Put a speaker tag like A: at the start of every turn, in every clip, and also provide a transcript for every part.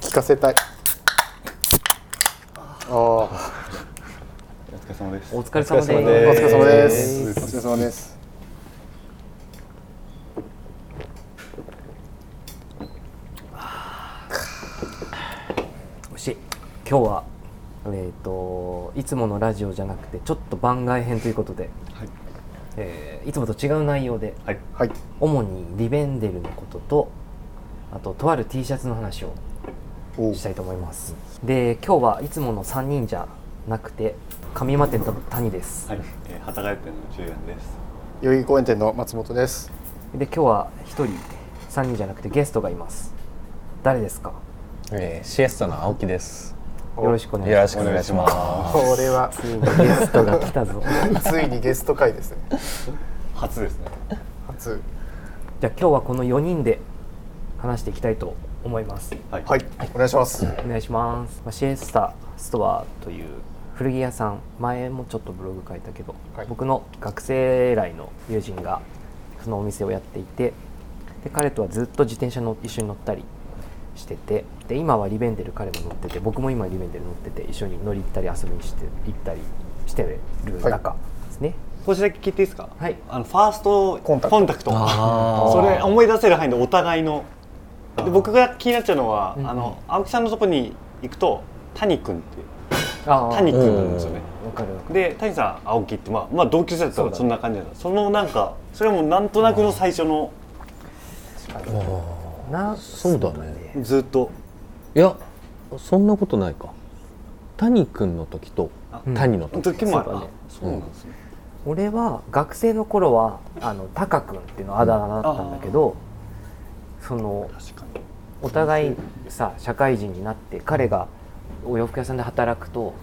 A: 聞かせたいああ
B: お疲れ様です。
C: お疲れ様です
A: お疲れ様ですお疲れ様です
C: 美味しい今日はえっ、といつものラジオじゃなくてちょっと番外編ということで、
B: はい
C: えーいつもと違う内容で
B: はい。
A: はい
C: 主にリベンデルのこととあととある T シャツの話を
A: おう
C: したいと思いますで今日はいつもの3人じゃなくて上馬店の谷です、
B: はい。えー、幡ヶ谷店の中園です。
A: 代々木公園店の松本です
C: で今日は1人3人じゃなくてゲストがいます誰ですか
D: えー、シエスタの青木です。
C: よろしくお願いし
D: よ
C: ま
D: ろ
C: す
D: しくお願いしま
A: これ は
C: ついにゲストが来たぞ
A: ついにゲスト会ですね
B: 初ですね。
A: 初
C: じゃあ今日はこの4人で話していきたいと思います
B: はい。
A: はいお願いします
C: お願いします、まあ、シエスタストアという古着屋さん前もちょっとブログ書いたけど、
A: はい
C: 僕の学生来の友人がそのお店をやっていてで彼とはずっと自転車の一緒に乗ったりしててで今はリベンデル彼も乗ってて僕も今リベンデル乗ってて一緒に乗り行ったり遊びにして行ったりしてる中ですね、
B: 少しだけ聞いていいですか。
C: はい
B: あのファースト
A: コンタクト
B: ト
D: あー
B: それ思い出せる範囲でお互いの。で僕が気になっちゃうのは、
C: うん
B: あの青木さんのとこに行くと谷君って
C: ああ
B: 谷
C: わ
B: 君なんですよね。
C: かるわかる
B: で谷さん青木ってまあまあ同級生だったから
C: そ
B: そ
C: うん
B: な感じだった。そのなんかそれもなんとなくの最初の
C: な
D: そうだね。
B: ずっと
D: いや、そんなことないか。谷くんの時と
B: あ
D: 谷の時。
B: 時もある
C: そうだね。
B: そうなんですね。
C: 俺は学生の頃はあのタカ君っていうのあだ名だったんだけど、その
B: 確か
C: お互いさ社会人になって彼がお洋服屋さんで働くと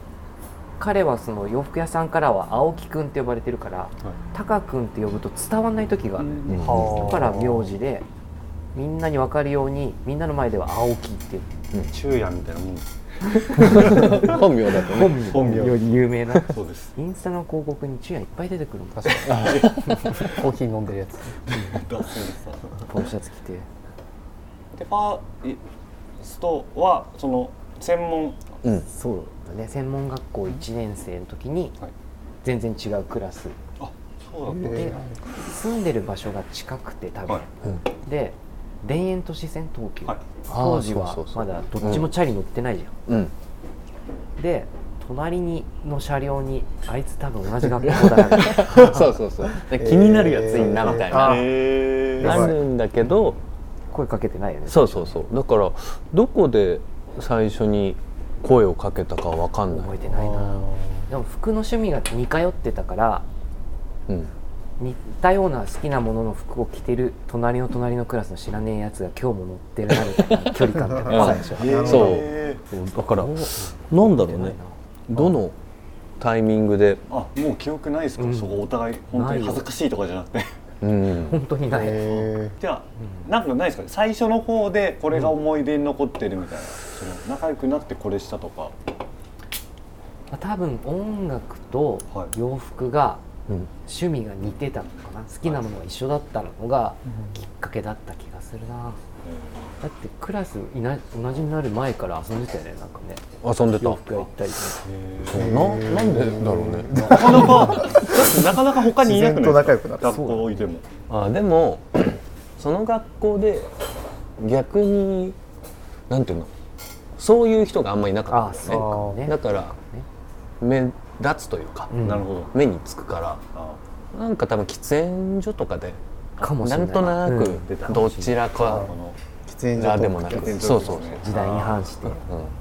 C: 彼はその洋服屋さんからは青木君って呼ばれてるからタカ君って呼ぶと伝わんない時があるのよ
B: に。
D: うん
A: はあ
C: だから名字でみんなに分かるようにみんなの前では青木って
B: 昼夜みたいなもん。
D: 本名だとね。
B: 本名
C: より有名な
B: そう です。
C: インスタの広告に昼夜いっぱい出てくるの確か
A: コーヒー飲んでるやつ
C: ポロシャツ着て
B: でファーストはその専門
D: うん。
C: そうだね専門学校1年生の時に
B: はい
C: 全然違うクラス
B: あそうだった、
C: で住んでる場所が近くて多分、
B: はい
D: うん
C: で田園都市線東急、
B: はい
C: 当時は
D: そうそうそ
C: ま
D: う
C: だどっちもチャリ乗ってないじゃん、
D: うん。
C: で隣にの車両にあいつ多分同じ学校だな
D: そうそうそう。気になるやついんなみたいな。
A: えー
B: え
A: あ
B: ー、
D: なるんだけど、
C: 声かけてないよね
D: そうそうそう。だからどこで最初に声をかけたかわかんな
C: 覚え
D: い。
C: てないなでも服の趣味が似通ってたから
D: うん。
C: 似たような好きなものの服を着てる隣の隣のクラスの知らねえやつが今日も乗ってるなみたいな距離感だった
D: うん
C: 最 初
B: えー
D: そう。だからなんだろう
C: ない
D: ね
C: な。
D: どのタイミングで、
B: あもう記憶ないですか、
C: うん
B: そこお互い本当に恥ずかしいとかじゃなくて
D: うん。
C: 本当にない、
A: え
B: じゃあなんかないですか最初の方でこれが思い出に残ってるみたいな、その仲良くなってこれしたとか
C: まあ、多分音楽と
B: はい
C: 洋服が
D: うん
C: 趣味が似てたのかな好きなものが一緒だったのがきっかけだった気がするなだってクラスいな同じになる前から遊んでたよねなんかね
D: 遊んでた
C: 洋。服屋行ったりとか
D: そうななんでだろうね。
B: なかなかだってなかなか他にいなくな
A: 自然と
B: い
A: 仲
B: で
A: 良
B: す
A: くな
B: か
A: った
B: 学校置いても
D: あでもその学校で逆になんていうのそういう人があんまりいなかったんだ
C: あ
D: よ
C: そうか
D: ね
C: ね
D: だから目立つというか、
C: うん
B: なるほど
D: 目につくか
B: あ
D: らなんか多分喫煙所とかで
C: かもしれ
D: な
C: ない
D: んとな
C: うん
D: くどちら
B: ー
D: か
B: この
A: 喫煙所
D: が
A: と
D: でもなく、
B: 喫煙
D: そ
B: 所
D: うそうそう、
B: ですね
C: 時代に反して
D: うん、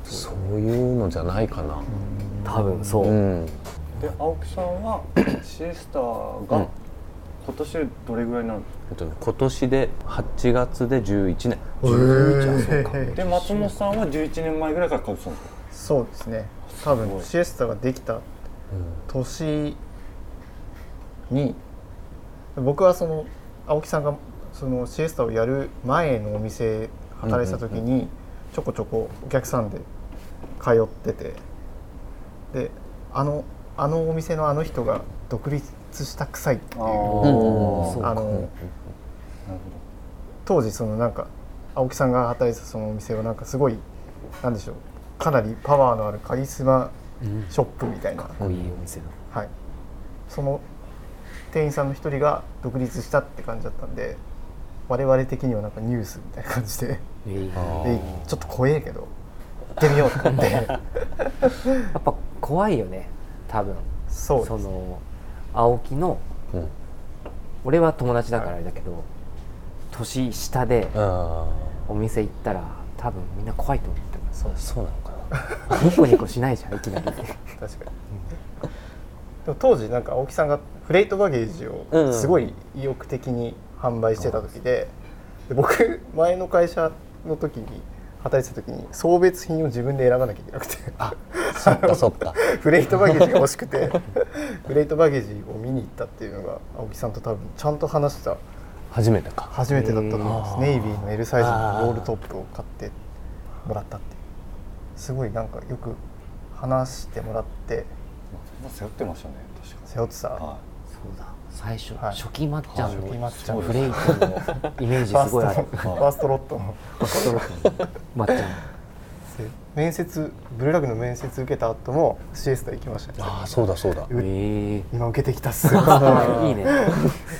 D: そういうのじゃないかな
C: 多分そう、
D: うん
B: で青木さん はシエスター
D: うん
B: が今年どれぐらいになるんで
D: えっと今年で8月で11年
A: え
B: す
A: ー
B: かで松本さんは11年前ぐらいからカブさん
A: そうですね多分シエスタができた年に僕はその青木さんがそのシエスタをやる前のお店働いてた時にちょこちょこお客さんで通っててであのあのお店のあの人が独立した臭いっていう
B: あ
A: あ
D: ー
C: そう
A: の当時そのなんか青木さんが働いてたそのお店はなんかすごい
E: なんでしょうかなりパワーのあるカリスマショップみたいな、
C: こういうお店の
E: はい、その店員さんの一人が独立したって感じだったんで我々的にはなんかニュースみたいな感じで
C: えー
E: でちょっと怖えけど行ってみようと思って
C: やっぱ怖いよね多分
E: そうです
C: その青木の
D: うん
C: 俺は友達だからあれだけど、年下で
D: あ
C: お店行ったら多分みんな怖いと思ってま
D: あそうなのかな
C: すニコニコしないじゃんいきなり
E: 確かに、でも当時なんか青木さんがフレートバゲージ
D: うんう
E: を
D: ん
E: すごい意欲的に販売してた時で,、で僕前の会社の時に働いてた時に送別品を自分で選ばなきゃいけなく て
D: そっかそっ か
E: フレートバゲージが欲しくてフレートバゲージを見に行ったっていうのが青木さんと多分ちゃんと話した
D: 初めてか
E: 初めてだったと思います
D: うん
E: ネイビーの L サイズのロールトップを買ってもらったっていうすごいなんかよく話してもらって
B: まあ背負ってましたね確か
E: 背負ってた
B: に、は
C: そうだ最初、
E: はい
C: 初期まっちゃん
E: 初期ま
C: の
E: っちゃん
C: フレイトのイメージ
E: ファー
C: す
E: スト
C: ごい
E: の
C: あ
E: フ
C: る
E: ァーストロットの
C: まっちゃん
E: 面接ブルーラグの面接受けた後もシエスタ行きましたね
D: ああそうだそうだ
E: う
C: え
E: 今受けてきたっすそ
C: ー、いいね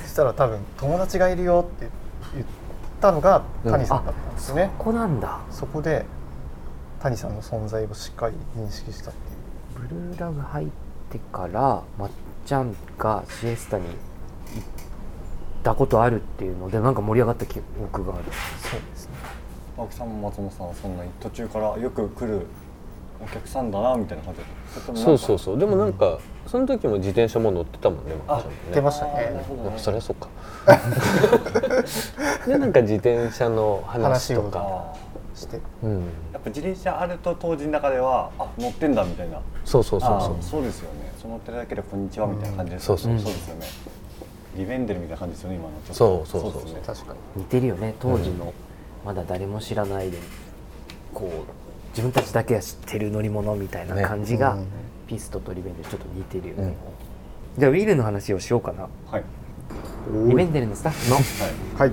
E: したら多分友達がいるよって言ったのが谷さんだったんですね
C: ここなんだ
E: そこで谷さんの存在をしっかり認識したっていう
C: ブルーラグ入ってからまっちゃんがシエスタに行ったことあるっていうのでなんか盛り上がった記憶がある
E: そうですね
B: い、青木さんも松本さんはそんなに途中からよく来るお客さんだなみたいな感じだったともなん
D: そう
B: か
D: そうそうでもなんか、その時も自転車も乗ってたもんねまっちゃんもね
E: 出ましたね
D: あそりゃそう かでなんか自転車の話と
E: 話
D: か
B: あ
E: して
D: うん
B: ーやっぱ自転車あると当時の中ではあ乗ってんだみたいな
D: そうそうそう
B: あー
D: そ
B: そうですよねその乗ってるだけでこんにちはみたいな感じです、
D: そうそう
B: そうですよねリベンデルみたいな感じですよね今のちょっ
D: そ
B: と
D: うそうそう
B: ですね
E: 確かに
C: 似てるよね当時のまだ誰も知らないでこう自分たちだけが知ってる乗り物みたいな
D: ね
C: 感じが、
E: うん
C: ピストとリベンデルちょっと似てるよね、
D: うん
C: じゃあウィルの話をしようかな
B: はい
C: リベンデルのスタッフのウ
E: はい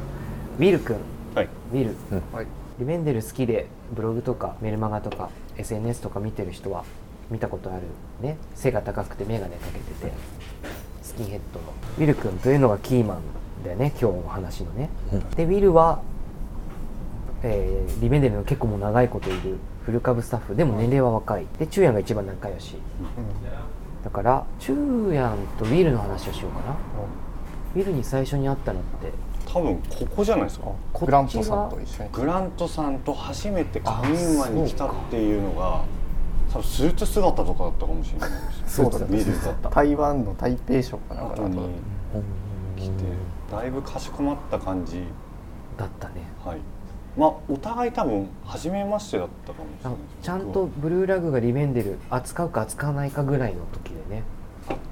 C: ィル君
B: はい
C: ウィル
E: はい
C: リベンデル好きでブログとかメルマガとか SNS とか見てる人は見たことあるね背が高くて眼鏡かけててスキンヘッドのウィル君というのがキーマンだよね今日の話のね、
D: うん
C: でウィルは、えーリベンデルの結構もう長いこといるフル株スタッフでも年齢は若いでチュウヤンが一番仲良しだからチュウヤンとウィルの話をしようかなウィルに最初に会ったのって
B: 多分ここじゃないですか
C: こ
E: グラントさんと一緒に
B: グラントさんと初めて上沼に来たっていうのが多分スーツ姿とかだったかもしれないです
E: そうだね
B: ビールだった
E: 台湾の台北省かなんか
B: 後
E: だと
B: に来てだいぶかしこまった感じ
C: だったね
B: はいまあお互い多分初めましてだったかもしれ
C: あ
B: ない
C: ちゃんとブルーラグがリベンデル扱うか扱わないかぐらいの時でね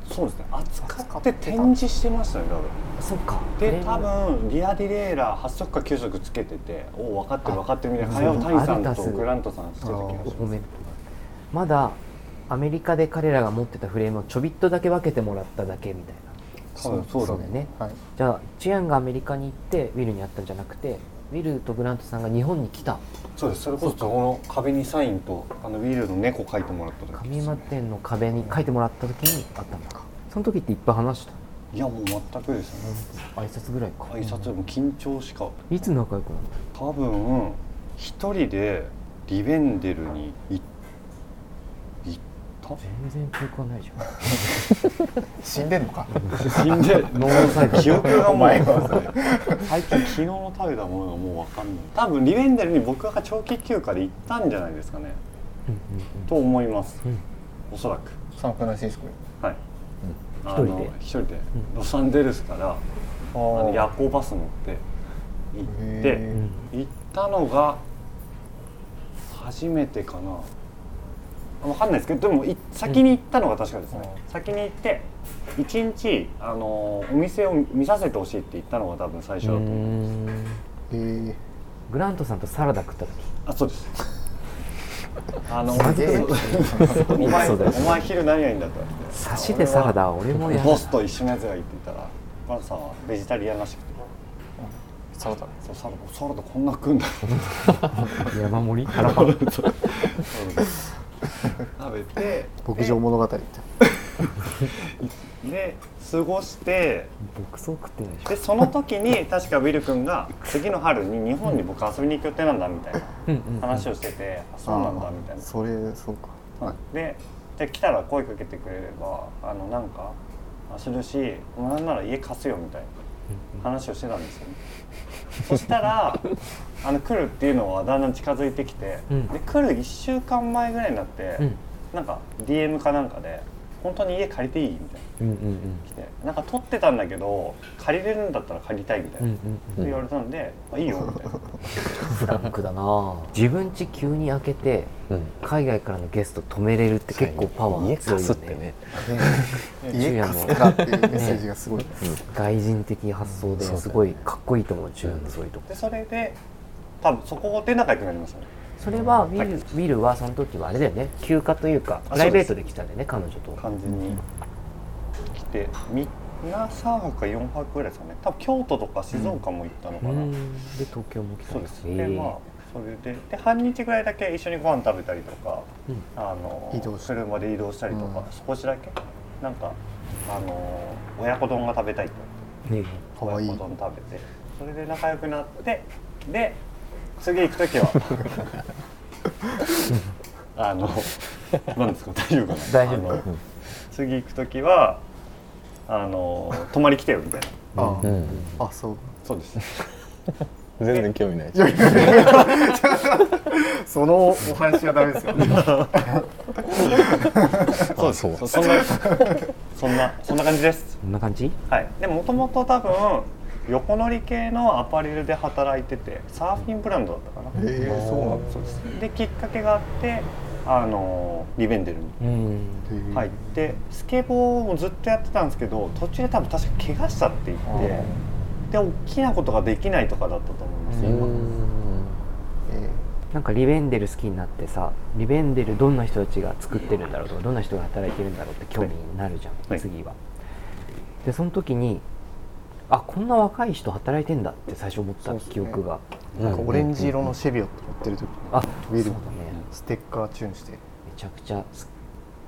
B: そうですね扱って展示してましたね多分
C: そっか
B: で多分リアディレイラー8足か9足つけてておお分かってる分かってるみたいな会話を
C: そう
B: 谷さ
C: アル
B: ん
C: タ
B: と
C: ス
B: グラントさんしてた気がし
C: ご
B: ます
C: めんまだアメリカで彼らが持ってたフレームをちょびっとだけ分けてもらっただけみたいな
B: 多分そうだ
C: だよ
B: ね
C: ね
E: はい
C: じゃあチアンがアメリカに行ってウィルに会ったんじゃなくてウィルとグラントさんが日本に来た
B: そうですそれこそそこの壁にサインとあのウィールの猫描いてもらった時
C: 上馬店の壁に書いてもらった時に会ったんだその時っていっぱい話した
B: いやもう全くですね
C: 挨拶ぐらいか
B: 挨拶も緊張しか
C: いつ仲良くなっ
B: 多分一人でリベンデルに行った
C: た全然記憶が ないじゃん
E: 死んでんのか
B: 死 んで
C: ノーサイド
B: 記憶がもう最近昨日の食べたものがもう分かんない多分リベンデルに僕が長期休暇で行ったんじゃないですかねと思います、
C: うん
B: おそらく
E: サンフランシスコに
B: はい、あ
C: 一人で
B: の一人でロサンゼルスから、
E: あ
B: あの
E: ー
B: 夜行バス乗って行って
E: へー
B: 行ったのが初めてかなあ分かんないですけどでもい先に行ったのが確かですね、先に行って一日あのお店を見させてほしいって言ったのが多分最初だと思う
E: えー
C: グラントさんとサラダ食った時
B: あそうですあのお
E: すげえ
B: 前
C: そうだよ
B: お前昼何がいいんだと
C: 刺しでサラダは俺もやだ
B: ボスと一緒のやつがいいって言ったらバラさんはベジタリアンらしくて
F: サ ラダ
B: そうサラダサラダこんな食うんだ
C: 山盛り
B: そう 食べて
E: 牧場物語って
B: で過ごして
C: 牧草食ってないでしょ
B: でその時に確かウィル君が次の春に日本に僕遊びに行く予定なんだみたいな
C: うんうん
B: 話をしてて、あそうなんだみた
E: あ
B: いな
E: ーそれそうか
B: でじゃあ来たら声かけてくれればあのなんかあするしなんなら家貸すよみたいな話をしてたんですよ、ね、そしたらあの来るっていうのはだんだん近づいてきて、
C: うん
B: で来る1週間前ぐらいになって、
C: うん
B: なんか DM かなんかで「本当に家借りていい?」みたい
C: うんうんうん
B: な来て「なんか取ってたんだけど借りれるんだったら借りたい」みたい
C: う
B: な、
C: んうん
B: って
C: うん
B: 言われたんで「まあ、いいよ」みたいな
D: フランクだなぁ
C: 自分家急に開けて
D: うん
C: 海外からのゲスト止めれるって結構パワー
D: 家
C: 強
D: 貸
C: い
D: す
C: よ
D: って
C: ね
D: ね
E: ね家貸すかっていうメッセージがすごい
C: 外人的発想で
D: そうだよね
C: すごいかっこいいと思う自分のそういうとこ
B: でそれで多分そこで仲良くなりましたね
C: それはウ
B: は
C: ィ
B: い
C: ルウィルはその時はあれだよね休暇というか
B: あ
C: プライベー
B: そ
C: ト
B: う
C: で
B: で
C: 来たんだよね彼女と
B: 完全に来てみんな3泊か4泊ぐらいですかね多分京都とか静岡も行ったのか
C: う
B: な、
C: んで東京も来た
B: そ
C: ん
B: う
C: だ
B: です
C: へ
B: ね、まあそれでで半日ぐらいだけ一緒にご飯食べたりとか、
C: うん
B: あの
E: 移動し
B: 車で移動したりとか、
E: うん
B: 少しだけなんかあの親子丼が食べたいと
C: えね
E: かわいい
B: 親子丼食べてそれで仲良くなってで次行く時はあの何ですか大丈夫かな
C: 大丈夫
B: あの次行く時はあの泊まり来てよみたいな
E: あ
D: う
E: ー
D: ん
E: あそう
B: そうです
D: 全然興味ない
E: そのお話はダメですよね
D: そうですそ う
B: そそんなそんなそんな感じです
C: こんな感じ
B: はいでもともと多分横乗り系のアパレルで働いててサーフィンブランドだったかな、
E: ええそうなんだ
B: できっかけがあってあのリベンデルに
C: うん
E: へー
B: 入ってスケボーもずっとやってたんですけど途中で多分確か怪我したって言ってで大きなことができないとかだったと思います、
C: うん
E: え
C: なんかリベンデル好きになってさリベンデルどんな人たちが作ってるんだろうとかどんな人が働いてるんだろうって興味になるじゃん、
B: はい
C: 次はでその時にあこんな若い人働いてんだって最初思った記憶が、
E: えなんかオレンジ色のシェビオって持ってる時
C: あ
E: ウィル
C: そうだね
E: ステッカーチューンして
C: めちゃくちゃス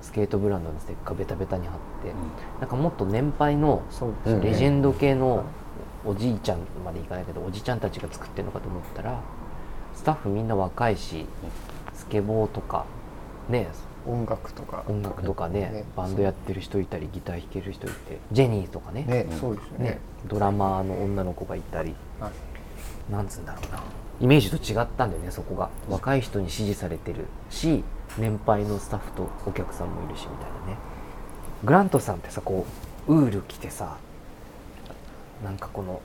C: スケートブランドのステッカーベタベタに貼って、なんかもっと年配の
E: そう
D: すねうん
C: レジェンド系のおじいちゃんまでいかないけどおじいちゃんたちが作ってるのかと思ったらスタッフみんな若いしスケボーとかね
E: 音楽とか
C: 音楽とかね
E: ね
C: バンドやってる人いたりギター弾ける人いてジェニーとかね
E: ねそうですよ
C: ね
E: ね
C: ドラマーの女の子がいたり
E: はい
C: なんつうんだろうなイメージと違ったんだよねそこが若い人に支持されてるし年配のスタッフとお客さんもいるしみたいなねグラントさんってさこうウール着てさなんかこの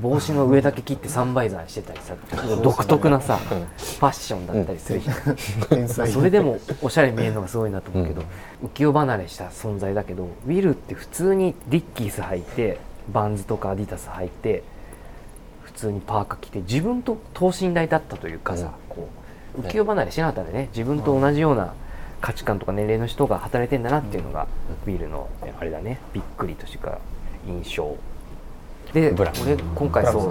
C: 帽子の上だけ切ってサンバイザーしてたり さ独特なさファッションだったりするじゃん
E: 天才
C: それでもおしゃれ見えるのがすごいなと思うけど、浮世離れした存在だけどウィルって普通にディッキース履いてバンズとかアディタス履いて普通にパーカー着て自分と等身大だったというかさ、こう浮世離れしなかったんでね自分と同じような価値観とか年齢の人が働いてんだなっていうのが、ウィルのあれだねびっくりとしてか印象で
D: ブラ
C: 俺
D: ム
C: 今回そう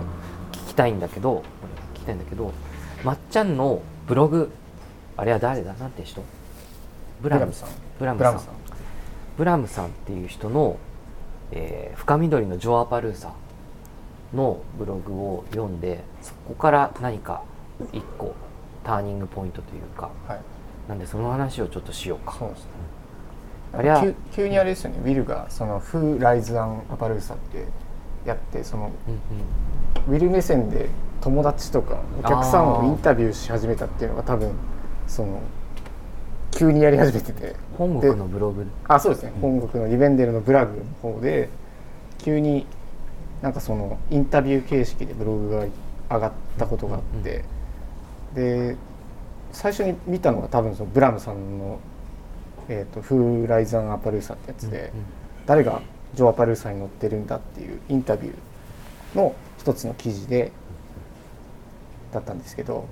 C: 聞きたいんだけど聞きたいんだけどまっちゃんのブログあれは誰だなんて人ブラムさんブラム
E: ブ
C: さ
E: ラ
C: ん
E: ムさん
C: ブラムさんっていう人の、えー深緑のジョア・パルーサのブログを読んでそこから何か一個ターニングポイントというか
E: はい
C: なんでその話をちょっとしようか
E: そうですね
C: あれは
E: 急急にあれですよねウィルがその「フー・ライズ・アン・アパルーサ」ってやってその
C: うんうん
E: ウィル目線で友達とかお客さんをインタビューし始めたっていうのが多分その急にやり始めてて
C: 本国のブログ
E: あそうですね本国のリベンデルのブラグの方で急になんかそのインタビュー形式でブログが上がったことがあって、で最初に見たのが多分そのブラムさんの「えー、とフー・ライザン・アパルーサ」ってやつで、誰がジョー・アパルーサに乗ってるんだっていうインタビューの一つの記事でだったんですけど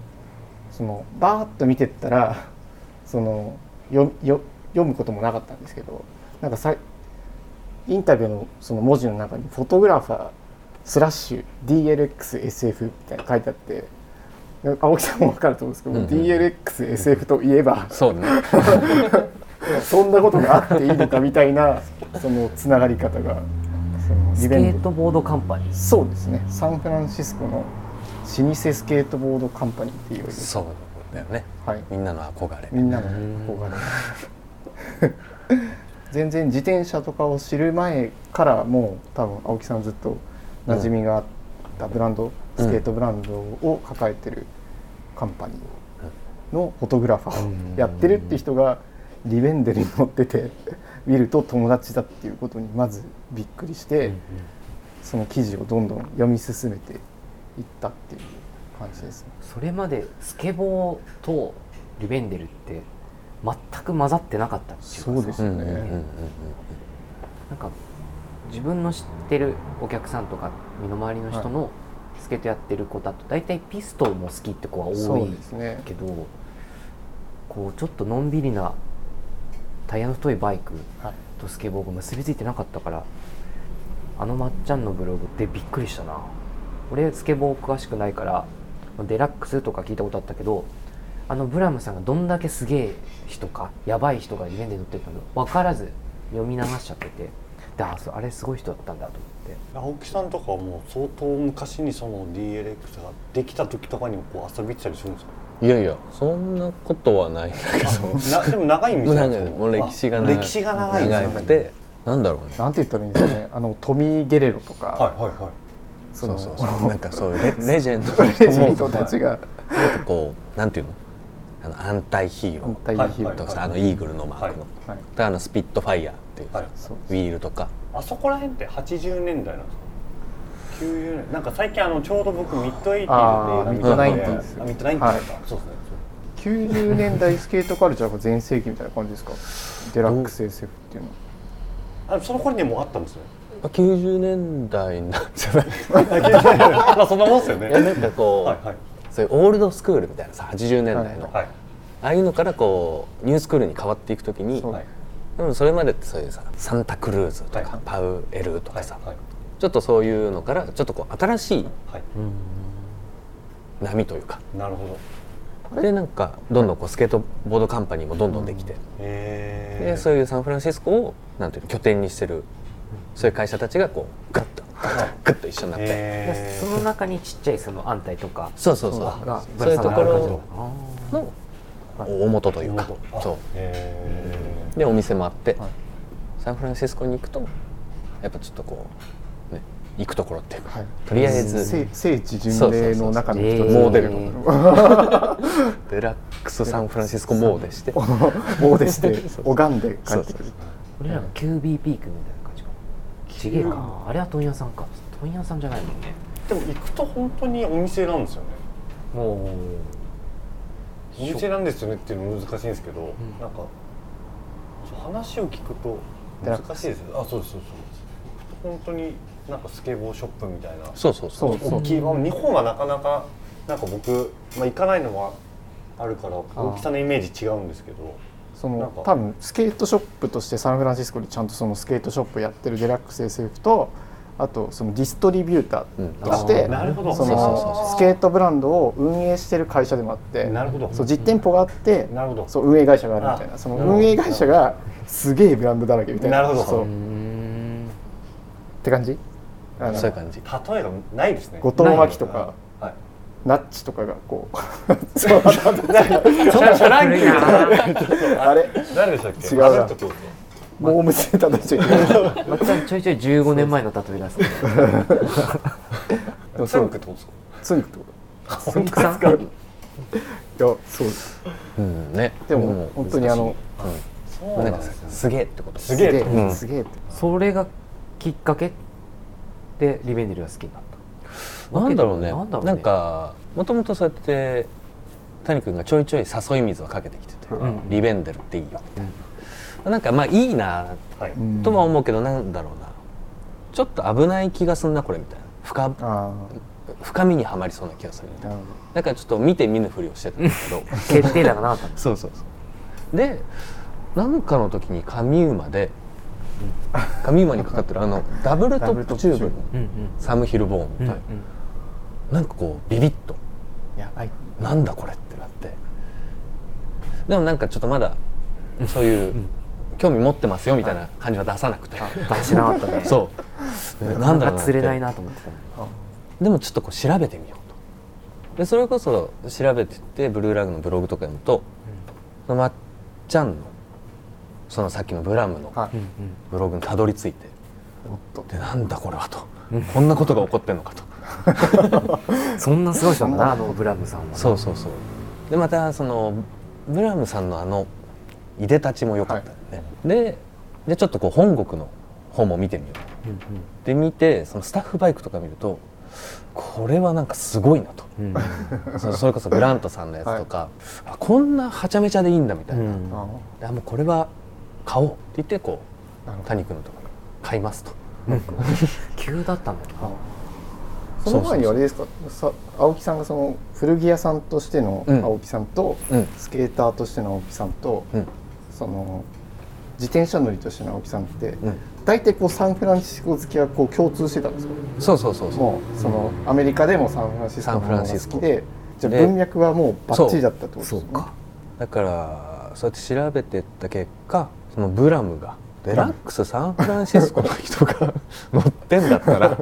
E: そのバーッと見てったら そのよよ読むこともなかったんですけどなんかさインタビューのその文字の中に「フォトグラファースラッシュ DLXSF みたいなの書いてあって青木さんも分かると思うんですけど、
D: うんうん
E: DLXSF といえば
D: そうだね
E: そんなことがあっていいのかみたいなそのつながり方がその
C: スケートボードカンパニー
E: そうですねサンフランシスコの老舗スケートボードカンパニーっていう、
D: そうだよね
E: はい、
D: みんなの憧れ
E: みんなの憧れ 全然自転車とかを知る前からもう多分青木さんずっと馴染みがあったブランド、
D: うん
E: スケートブランドを抱えてるカンパニーのフォトグラファーをやってるって人がリベンデルに乗ってて見ると友達だっていうことにまずびっくりして、その記事をどんどん読み進めていったっていう感じですね。
C: それまでスケボーとリベンデルって全く混ざってなかったっていうかさ
E: そうですよね、
D: うんうんうんうん
C: なんか自分の知ってるお客さんとか身の回りの人のスケートやってる子だと大体ピストルも好きって子は多
E: そう
C: い
E: ですね
C: けどこうちょっとのんびりなタイヤの太いバイク
E: はい
C: とスケボーが結びついてなかったからあのまっちゃんのブログってびっくりしたな俺スケボー詳しくないからデラックスとか聞いたことあったけどあのブラムさんがどんだけすげえ人かやばい人がイベントで乗ってたの分からず読み流しちゃっててであそうあれすごい人だったんだと思って
B: 青木さんとかはもう相当昔にその DLX ができた時とかにもこう遊び行ってたりするんです
D: いやいやそんなことはないんだけど
B: かなでも長い道
D: もう な
B: なん
D: ん
B: で
D: か
B: すよ
D: もう歴史が長い
B: 歴史が長いですよ
D: 長くてなんだろうね
E: なんて言ったらいいんですかね、あのトミー・ゲレロとか、
B: はいはいはい
E: そ
D: そう
E: の
D: そうそうなんかそういうレレジェンドの
E: レジェンドたちが
D: こうなんていうのあの安泰ヒーロ
E: 反
D: ー
E: 対にヒーローと
D: とか
E: か、
D: さあのイーグルのマークの、
E: はい
D: であのスピットファイヤーっていうさ、
B: はい
E: そう
D: ウィールとか
B: あそこら辺って80年代なんですか90年なんか最近あのちょうど僕ミッドエイティーズっていう
E: あーミッド
B: 見たの
E: ナインティーズ
B: あミッドナインティーズか、そうですね
E: 90年代スケートカルチャーが全盛期みたいな感じですか、デラックス SF っていうのは、
B: あのその頃にはもうあったんですね
D: まあ90年代なんじゃないですか
B: まあそんなもんですよね
D: いやなんかこう、
B: はいはい
D: そういうオールドスクールみたいなさ80年代の、
B: はい
D: ああいうのからこうニュースクールに変わっていくときに
E: そう
B: はい
D: でもそれまでってそういうさサンタクルーズとか、
B: はい
D: パウエルと
B: は
D: か
B: い
D: さ、
B: はい
D: ちょっとそういうのからちょっとこう新しい
B: はい
D: 波というか
B: なるほど
D: でなんかどんどんこうスケートボードカンパニーもどんどんできて、
B: え
D: でそういうサンフランシスコをなんていうの拠点にしてるそういう会社たちがこうガッとグッと一緒になって、
C: で
B: え
C: その中にちっちゃいその安泰とか
D: そうそうそう
C: がブ
D: そうい
C: ラ
D: う
C: さん
D: と
C: の
D: こ
C: ある感じなの
D: ろ
C: かな
D: の大元というかそ
B: え
D: うでお店もあって、サンフランシスコに行くとやっぱちょっとこう、ね、行くところっていうか、
E: はい
D: とりあえ
E: 聖
D: ず
E: 聖地巡礼の中の一つ、
C: そうそうそうそう
E: モーデルの
C: え
D: デラックスサンフランシスコモーでして
E: 棒でして、拝んで帰ってくる、
C: 俺らの QB ピークみたいな感じかなちげえかなあれは問屋さんか問屋さんじゃないもんね
B: でも行くと本当にお店なんですよね
C: も
B: お店なんですよねっていうの難しいんですけど、なんかそう話を聞くと難しいですよあそうですそうですそうです本当になんかスケボーショップみたいな
D: そうそうそう
E: そう
B: 大きい、まあ、日本はなかなかなんか僕、まあ、行かないのもあるから大きさのイメージ違うんですけど
E: そ
B: なんか
E: の多分スケートショップとしてサンフランシスコにちゃんとそのスケートショップやってるデラックス SF とあとそのディストリビューターとして、
B: なるほど
E: そ
B: そうそうそう
E: のスケートブランドを運営してる会社でもあって
B: なるほど
E: そう実店舗があって
B: なるほど
E: そう運営会社があるみたい
B: あ
E: なその運営会社がすげえブランドだらけみたいな
B: なるほど
E: そう
B: う
C: ううーん
E: って感じあの
D: そういう感じ
B: 例えがないですね
E: 後藤真希とか
B: はい
E: ナッチとかがこう そう
B: ちょっとフランキー
E: あれ
B: 誰でしたっけ
E: 違うな
B: ハリウッド君
E: モームセーター出しちゃいけない
C: まっちゃんちょいちょい15年前の例え出すね
E: でも
B: ツ
E: そ
B: ン
E: う
B: クってことですか
E: ツンクとか
C: 本当ですか
E: いやそうです
D: うんね
E: でも本当にあの
B: そうな
D: な
B: んん
D: か
B: ですね
D: すげえってこと
B: すげえ
E: すげ
D: ん
E: えすげえって
C: それがきっかけでリベンデルが好きになった
D: なんだろうね
C: わけでも
D: な
C: なんんだろ
D: かもともとそうやって谷君がちょいちょい誘い水をかけてきてて、
C: ん
D: リベンデルっていいよみたいななんかまあいいな
B: はい
D: とは思うけど、なんだろうなちょっと危ない気がすんなこれみたいな深
E: あ
D: 深みにはまりそうな気がするみ
E: あ
D: たい
E: な
D: な
E: るほど
D: だからちょっと見て見ぬふりをしてたんだ けど
C: う 決定打がなかったんです
D: そうそうそうでなんかの時に上馬で上馬にかかってるあのダブル
E: ダ
D: ト
E: ブル
D: ップ
E: トップ
D: チ
E: チ
D: ュ
E: ュー
D: ーブ
E: ブ
C: うん
D: の
C: うん
D: サム・ヒルボーンみたいな、なんかこうビビッと
E: やばい
D: なんだこれってなってでもなんかちょっとまだそういう興味持ってますよみたいな感じは出さなくて、
C: 出しなかったね
D: そう
C: な
D: な
C: か
D: んだ
C: な
D: ろう
C: か
D: って
C: 釣れないなと思ってたの
D: でもちょっとこう調べてみようとでそれこそ調べてってブルーラグのブログとか読むと、そのまっちゃんのそのさっきのブラムの
E: はい、
D: ブログにたどり着いて、
E: おっと
D: でなんだこれはと、こんなことが起こってんのかと
C: そんなすごい人なんだなあのブラムさんは
D: そうそうそうでまたそのブラームさんのあのいでたちも良かったよね、ででちょっとこう本国の方も見てみよう
C: うん
D: で見てそのスタッフバイクとか見るとこれはなんかすごいなと
C: うん
D: そそれこそグラントさんのやつとか、あこんなはちゃめちゃでいいんだみた
C: う
D: いな、
C: ん
E: あ
D: であもうこれは買おうって言ってこ
E: ーなる
D: う
E: ほど
D: 谷君のとこに買いますと
C: 急だったんだよ
E: あ
A: その前にあれですかさ青木さんがその
E: 古着屋さんとしての
D: うん
E: 青木さんと、
D: うん
E: スケーターとしての青木さんと、
D: うん
E: その自転車乗りとしての青木さんって、
D: うん
E: 大体こうサンフランシスコ好きはこう共通してたんですよ
D: そうそうそうそう
E: もうそのアメリカでもサンフランシスコのものが
D: サンフランシス
E: 好
D: コ
E: きでじゃあ
D: で
E: 文脈はもうバッチリだったってことですね
D: だからそうやって調べてった結果そのブラムがデラックスサンフランシスコの人が 乗ってんだったら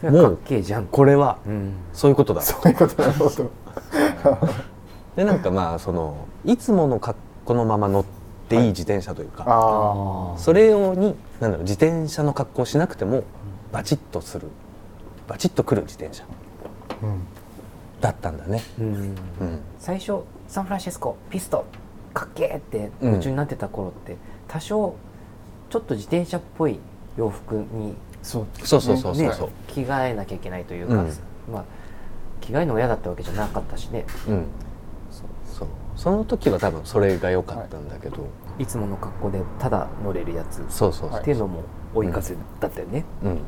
C: それはかっけえじゃん
D: これはそういうことだ
E: そういうことなるほど
D: でなんかまあそのいつもの格好のまま乗っていい自転車というか、
E: あ
D: それ用になんだろう自転車の格好をしなくてもバチッとするバチッとくる自転車
E: あ、うん
D: だったんだね、
C: うん
D: うん、
C: 最初サンフランシスコピストかっけえって
D: うん
C: 夢中になってた頃って、多少ちょっと自転車っぽい洋服に
E: そう
D: そうそうそうそうそう、
C: ね、着替えなきゃいけないというか、
D: うん
C: まあ、着替えるのが嫌だったわけじゃなかったしね
D: うんそうそうその時は多分それが良かったんだけど、
C: いつもの格好でただ乗れるやつっ
D: そうそうそう、
C: ていうのも追い風だったよね、
D: うん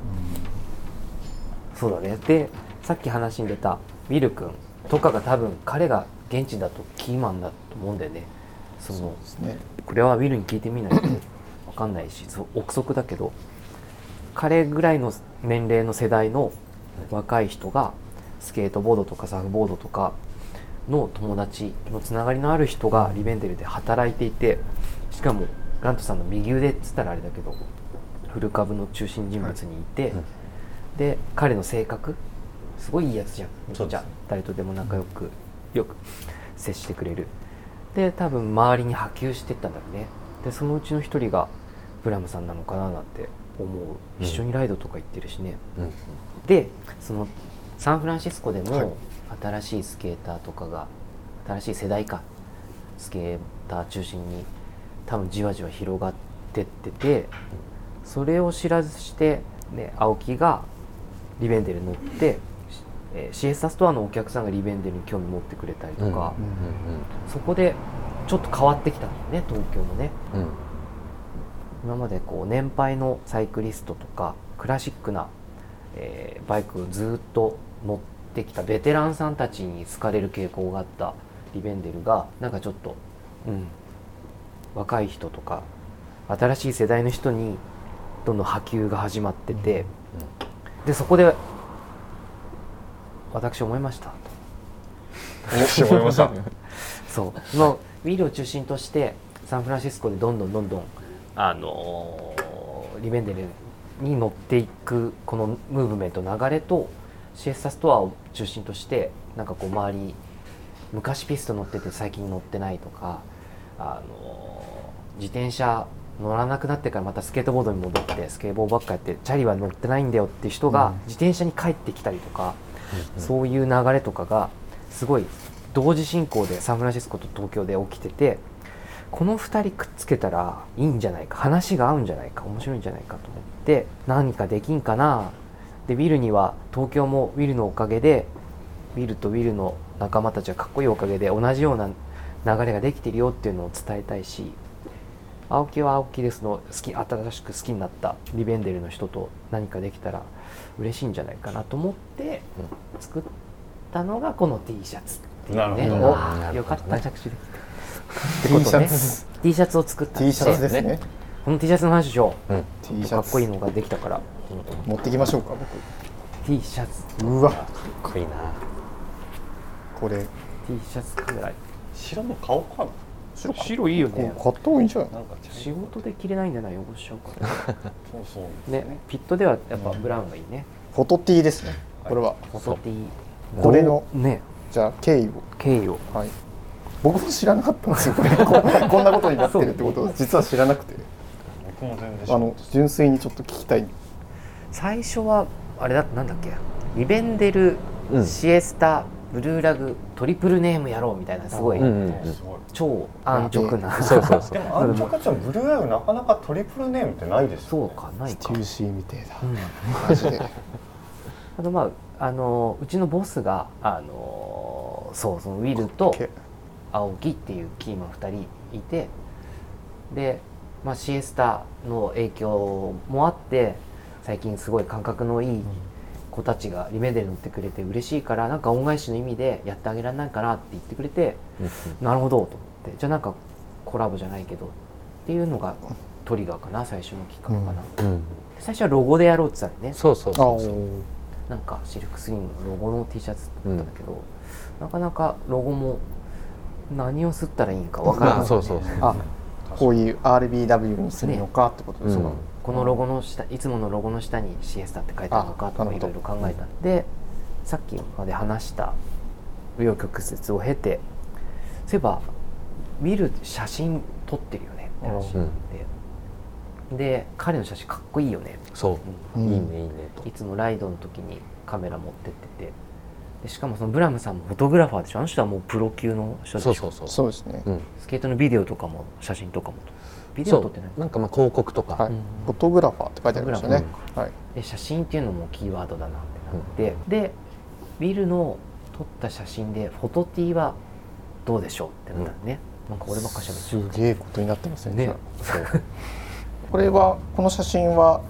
C: そうだねでさっき話に出たウィル君とかが多分彼が現地だとキーマンだと思うんだよねその
E: ですね
C: これはウィルに聞いてみない とわかんないしそう憶測だけど彼ぐらいの年齢の世代の若い人がスケートボードとかサーフボードとかの友達のつながりのある人がリベンデルで働いていてしかもガントさんの右腕っつったらあれだけど古株の中心人物にいて、
D: うん
C: で彼の性格すごいいいやつじゃんめっち
D: そうです
C: ゃ誰とでも仲良くよく接してくれるで多分周りに波及してったんだろうねでそのうちの一人がブラムさんなのかななんて思う
D: うん
C: 一緒にライドとか行ってるしね、
D: うん
C: でそのサンフランシスコで
E: はい
C: も新しいスケーターとかが新しい世代かスケーター中心に多分じわじわ広がってっててそれを知らずして、ね、青木がリベンデルに乗って、えーシエスタストアのお客さんがリベンデルに興味持ってくれたりとか、そこでちょっと変わってきたんだよね東京もね
D: うんうん
C: 今までこう年配のサイクリストとかクラシックな、えーバイクをずっと乗ってきたベテランさんたちに好かれる傾向があったリベンデルがなんかちょっと、うん、若い人とか新しい世代の人にどんどん波及が始まってて、でそこで私思いました
B: 私思いました
C: そうそのウィルを中心としてサンフランシスコでどんどんどんどんあのーリベンデルに乗っていくこのムーブメント流れとシエスタストアを中心としてなんかこう周り昔ピスト乗ってて最近乗ってないとか、あのー自転車乗らなくなってからまたスケートボードに戻ってスケボーばっかやってチャリは乗ってないんだよって人が自転車に帰ってきたりとか、そういう流れとかがすごい同時進行でサンフランシスコと東京で起きててこの2人くっつけたらいいんじゃないか話が合うんじゃないか面白いんじゃないかと思って何かできんかなでウィルには東京もウィルのおかげでウィルとウィルの仲間たちはかっこいいおかげで同じような流れができてるよっていうのを伝えたいし青木は青木でその好き新しく好きになったリベンデルの人と何かできたら嬉しいんじゃないかなと思って作ったのがこの T シャツっていう
B: なる
C: ね
B: ほ
D: ど
C: お
D: なるほどね
C: よかった着手できて
E: T シャ
C: ってことね
E: ツ
C: T シャツを作ったん
E: T シャ
C: ね
E: ツですね
C: この T シャツの話しよ
D: うん
E: T
C: う
E: シ
C: か
E: ャ
C: っこいい
E: ツ
C: のができたから
E: 持ってきましょうか
C: T シャツ
E: 僕うわ
D: かっこいいな
E: これ
C: T シャツくらい
B: 白の顔か
C: 白いいよね
E: こう買った方がいいんじゃない
B: ななんか茶
C: 仕
B: 色
C: 事で着れないんじゃない汚しちゃうから
B: そうそう
C: ねピットではやっぱブラウンがいいね
E: フォト T ですねこれは
C: ホソティ
E: これの
C: ね
E: じゃあ経緯を
C: 経緯を
E: はい僕も知らなかったんですよこれここんなことになってるってことを実は知らなくて
B: 僕も全然知ら
E: あ
B: ない
E: の純粋にちょっと聞きたい
C: 最初はあれだなんだっけリベンデル、
D: うん
C: シエスタブルーラグトリプルネームやろうみたいなすごい、
D: うんうん
B: あすごい
C: 超安直な、
D: そうそうそ
B: で
D: う
B: もアンチョカちゃんブルーアイブなかなかトリプルネームってないですよ
C: そうかないか、
E: シーみてえだ
C: うん
E: マジで
C: あとまああのうちのボスがあのそうそのウィルと
E: け
C: 青木っていうキーマン2人いてで、まあ、シエスタの影響もあって最近すごい感覚のいい子たちがリメデル乗ってくれて嬉しいからなんか恩返しの意味でやってあげられないかなって言ってくれて
D: うんうん
C: なるほどと思ってじゃあなんかコラボじゃないけどっていうのがトリガーかな最初のきっかけかな、
D: うん
C: 最初はロゴでやろうって言ってたのね
D: そうそうそうそう
C: なんかシルクスリームのロゴの T シャツだったんだけど、なかなかロゴも何をすったらいいんかわからない、
D: まあそうそうそう
E: あこういう RBW にするのかってことですか、
D: うん
C: このロゴの下いつものロゴの下にシエスタって書いてあるのかと
E: あな
C: か
E: る
C: い
E: ほど
C: ろいろ考えたんでさっきまで話した紆余曲折を経てそういえば見る写真撮ってるよねって話になってで彼の写真かっこいいよね
D: そううんいいねいいねと
C: いつもライドの時にカメラ持ってっててでしかもそのブラムさんもフォトグラファーでしょあの人はもうプロ級の人でし
D: そ
C: ょ
D: うそうそう
E: そうですね、
D: うん
C: スケートのビデオとかも写真とかもビデオ
D: そ
C: 撮っ
D: う
C: てない
D: なんかまあ広告と
E: は
D: か
E: い、
C: うん
E: フォトグラファーって書いてありましたね
D: フォトグ、
E: はい、
C: で写真っていうのもキーワードだなってなって、でビルの撮った写真でフォトティーはどうでしょうってなったのね、なんか俺ばっかしゃべっちゃ
E: すげえことになってますよね
C: ね
D: そう
E: これはこの写真は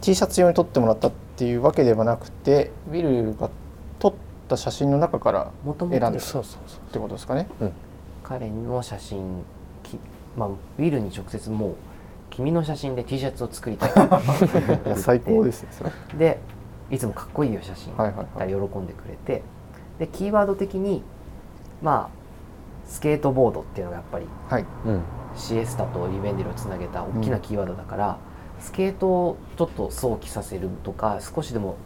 E: T シャツ用に撮ってもらったっていうわけではなくてウィルが撮った写真の中から
C: うもとも
E: 選んだっ
C: と
D: そうそうそう
E: てことですかね
C: 彼の写真き、まあ、ビルに直接もう君の写真で T シャツを作りたい
E: いや 最高ですねそれは
C: でいつもかっこいいよ写真、
E: はいはいはい
C: 喜んでくれてでキーワード的にまあスケートボードっていうのがやっぱり
E: はい
D: うん
C: シエスタとリベンデルをつなげた大きなキーワードだから、スケートをちょっと想起させるとか少しでも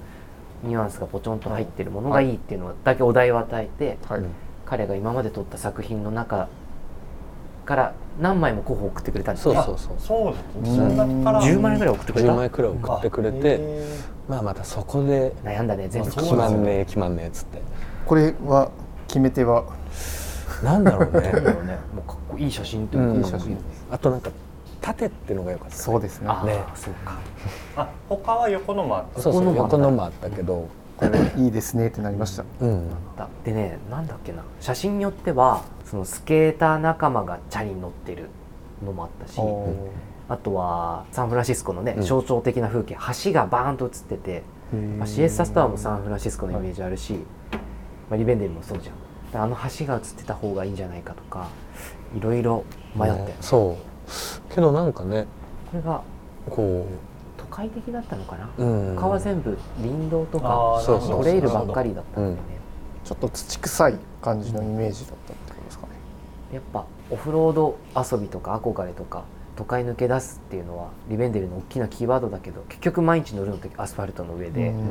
C: ニュアンスがポチョンと入ってるものがいいっていうのだけお題を与えて、
E: はい、
D: うん
C: 彼が今まで撮った作品の中から何枚も候補を送ってくれたんです
D: そう
C: よ
D: そうそう
B: そうですね
E: うん
B: そんなから
C: 10枚ぐらい送ってくれ
D: 10
C: た
D: 枚くらい送ってくれてまあまたそこで
C: 悩んだね全部
B: そう
D: 決まんねえ決まんねえっつって
E: これは決め手は
D: なんだろう ね
C: ねもうかっこいい写真って
D: う
C: いうんの
E: いい
C: が
E: 写真
D: あとなんか縦ってのが良かった
E: そうですね
C: ああ、
D: ね
C: そうか
B: あ他は横のもあった
D: そうそう
C: 横
D: 横
C: の
D: の
C: も
D: もあったけど
E: これいいですねってなりました
D: うん
C: だでねなんだっけな写真によってはそのスケーター仲間がチャリに乗ってるのもあったし
E: おー
C: あとはサンフランシスコのね、
D: うん
C: 象徴的な風景橋がバーンと映ってて、まあ、シエスタスタワーもサンフランシスコのイメージあるし、まあ、リベンデルもそうじゃんだからあの橋が映ってた方がいいんじゃないかとかいろいろ迷ったよ、
D: ねそうけどなんかね
C: これが
D: こ
C: 都会的だったのかな、
D: ううん
C: 他は全部林道と
B: あ
C: か
B: ー
D: そうそう
C: トレイルばっかりだったんだよね、
E: ちょっと土臭い感じのイメージだったってことですかね
C: やっぱオフロード遊びとか憧れとか都会抜け出すっていうのはリベンデルの大きなキーワードだけど結局毎日乗るのってアスファルトの上で、
E: うん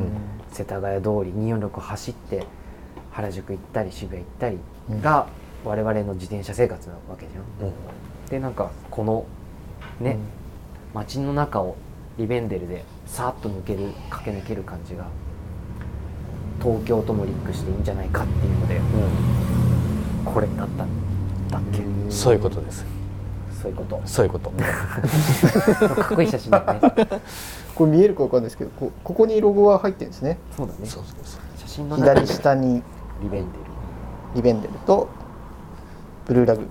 C: 世田谷通り246走って原宿行ったり渋谷行ったりが我々の自転車生活なわけじゃん。
D: うん
C: でなんかこのね、街の中をリベンデルでさーっと抜ける駆け抜ける感じが東京ともリンクしていいんじゃないかっていうのでこれになったんだっけ、
D: うんそういうことです
C: そういうこと
D: そういうこと
C: かっこいい写真だよね
E: これ見えるかわかんないですけどこここにロゴが入ってるんですね
C: そうだね
D: そうそうそう
C: 写真の中
E: 左
C: に
E: 下に
C: リベンデル、
E: リベンデルとブルーラグ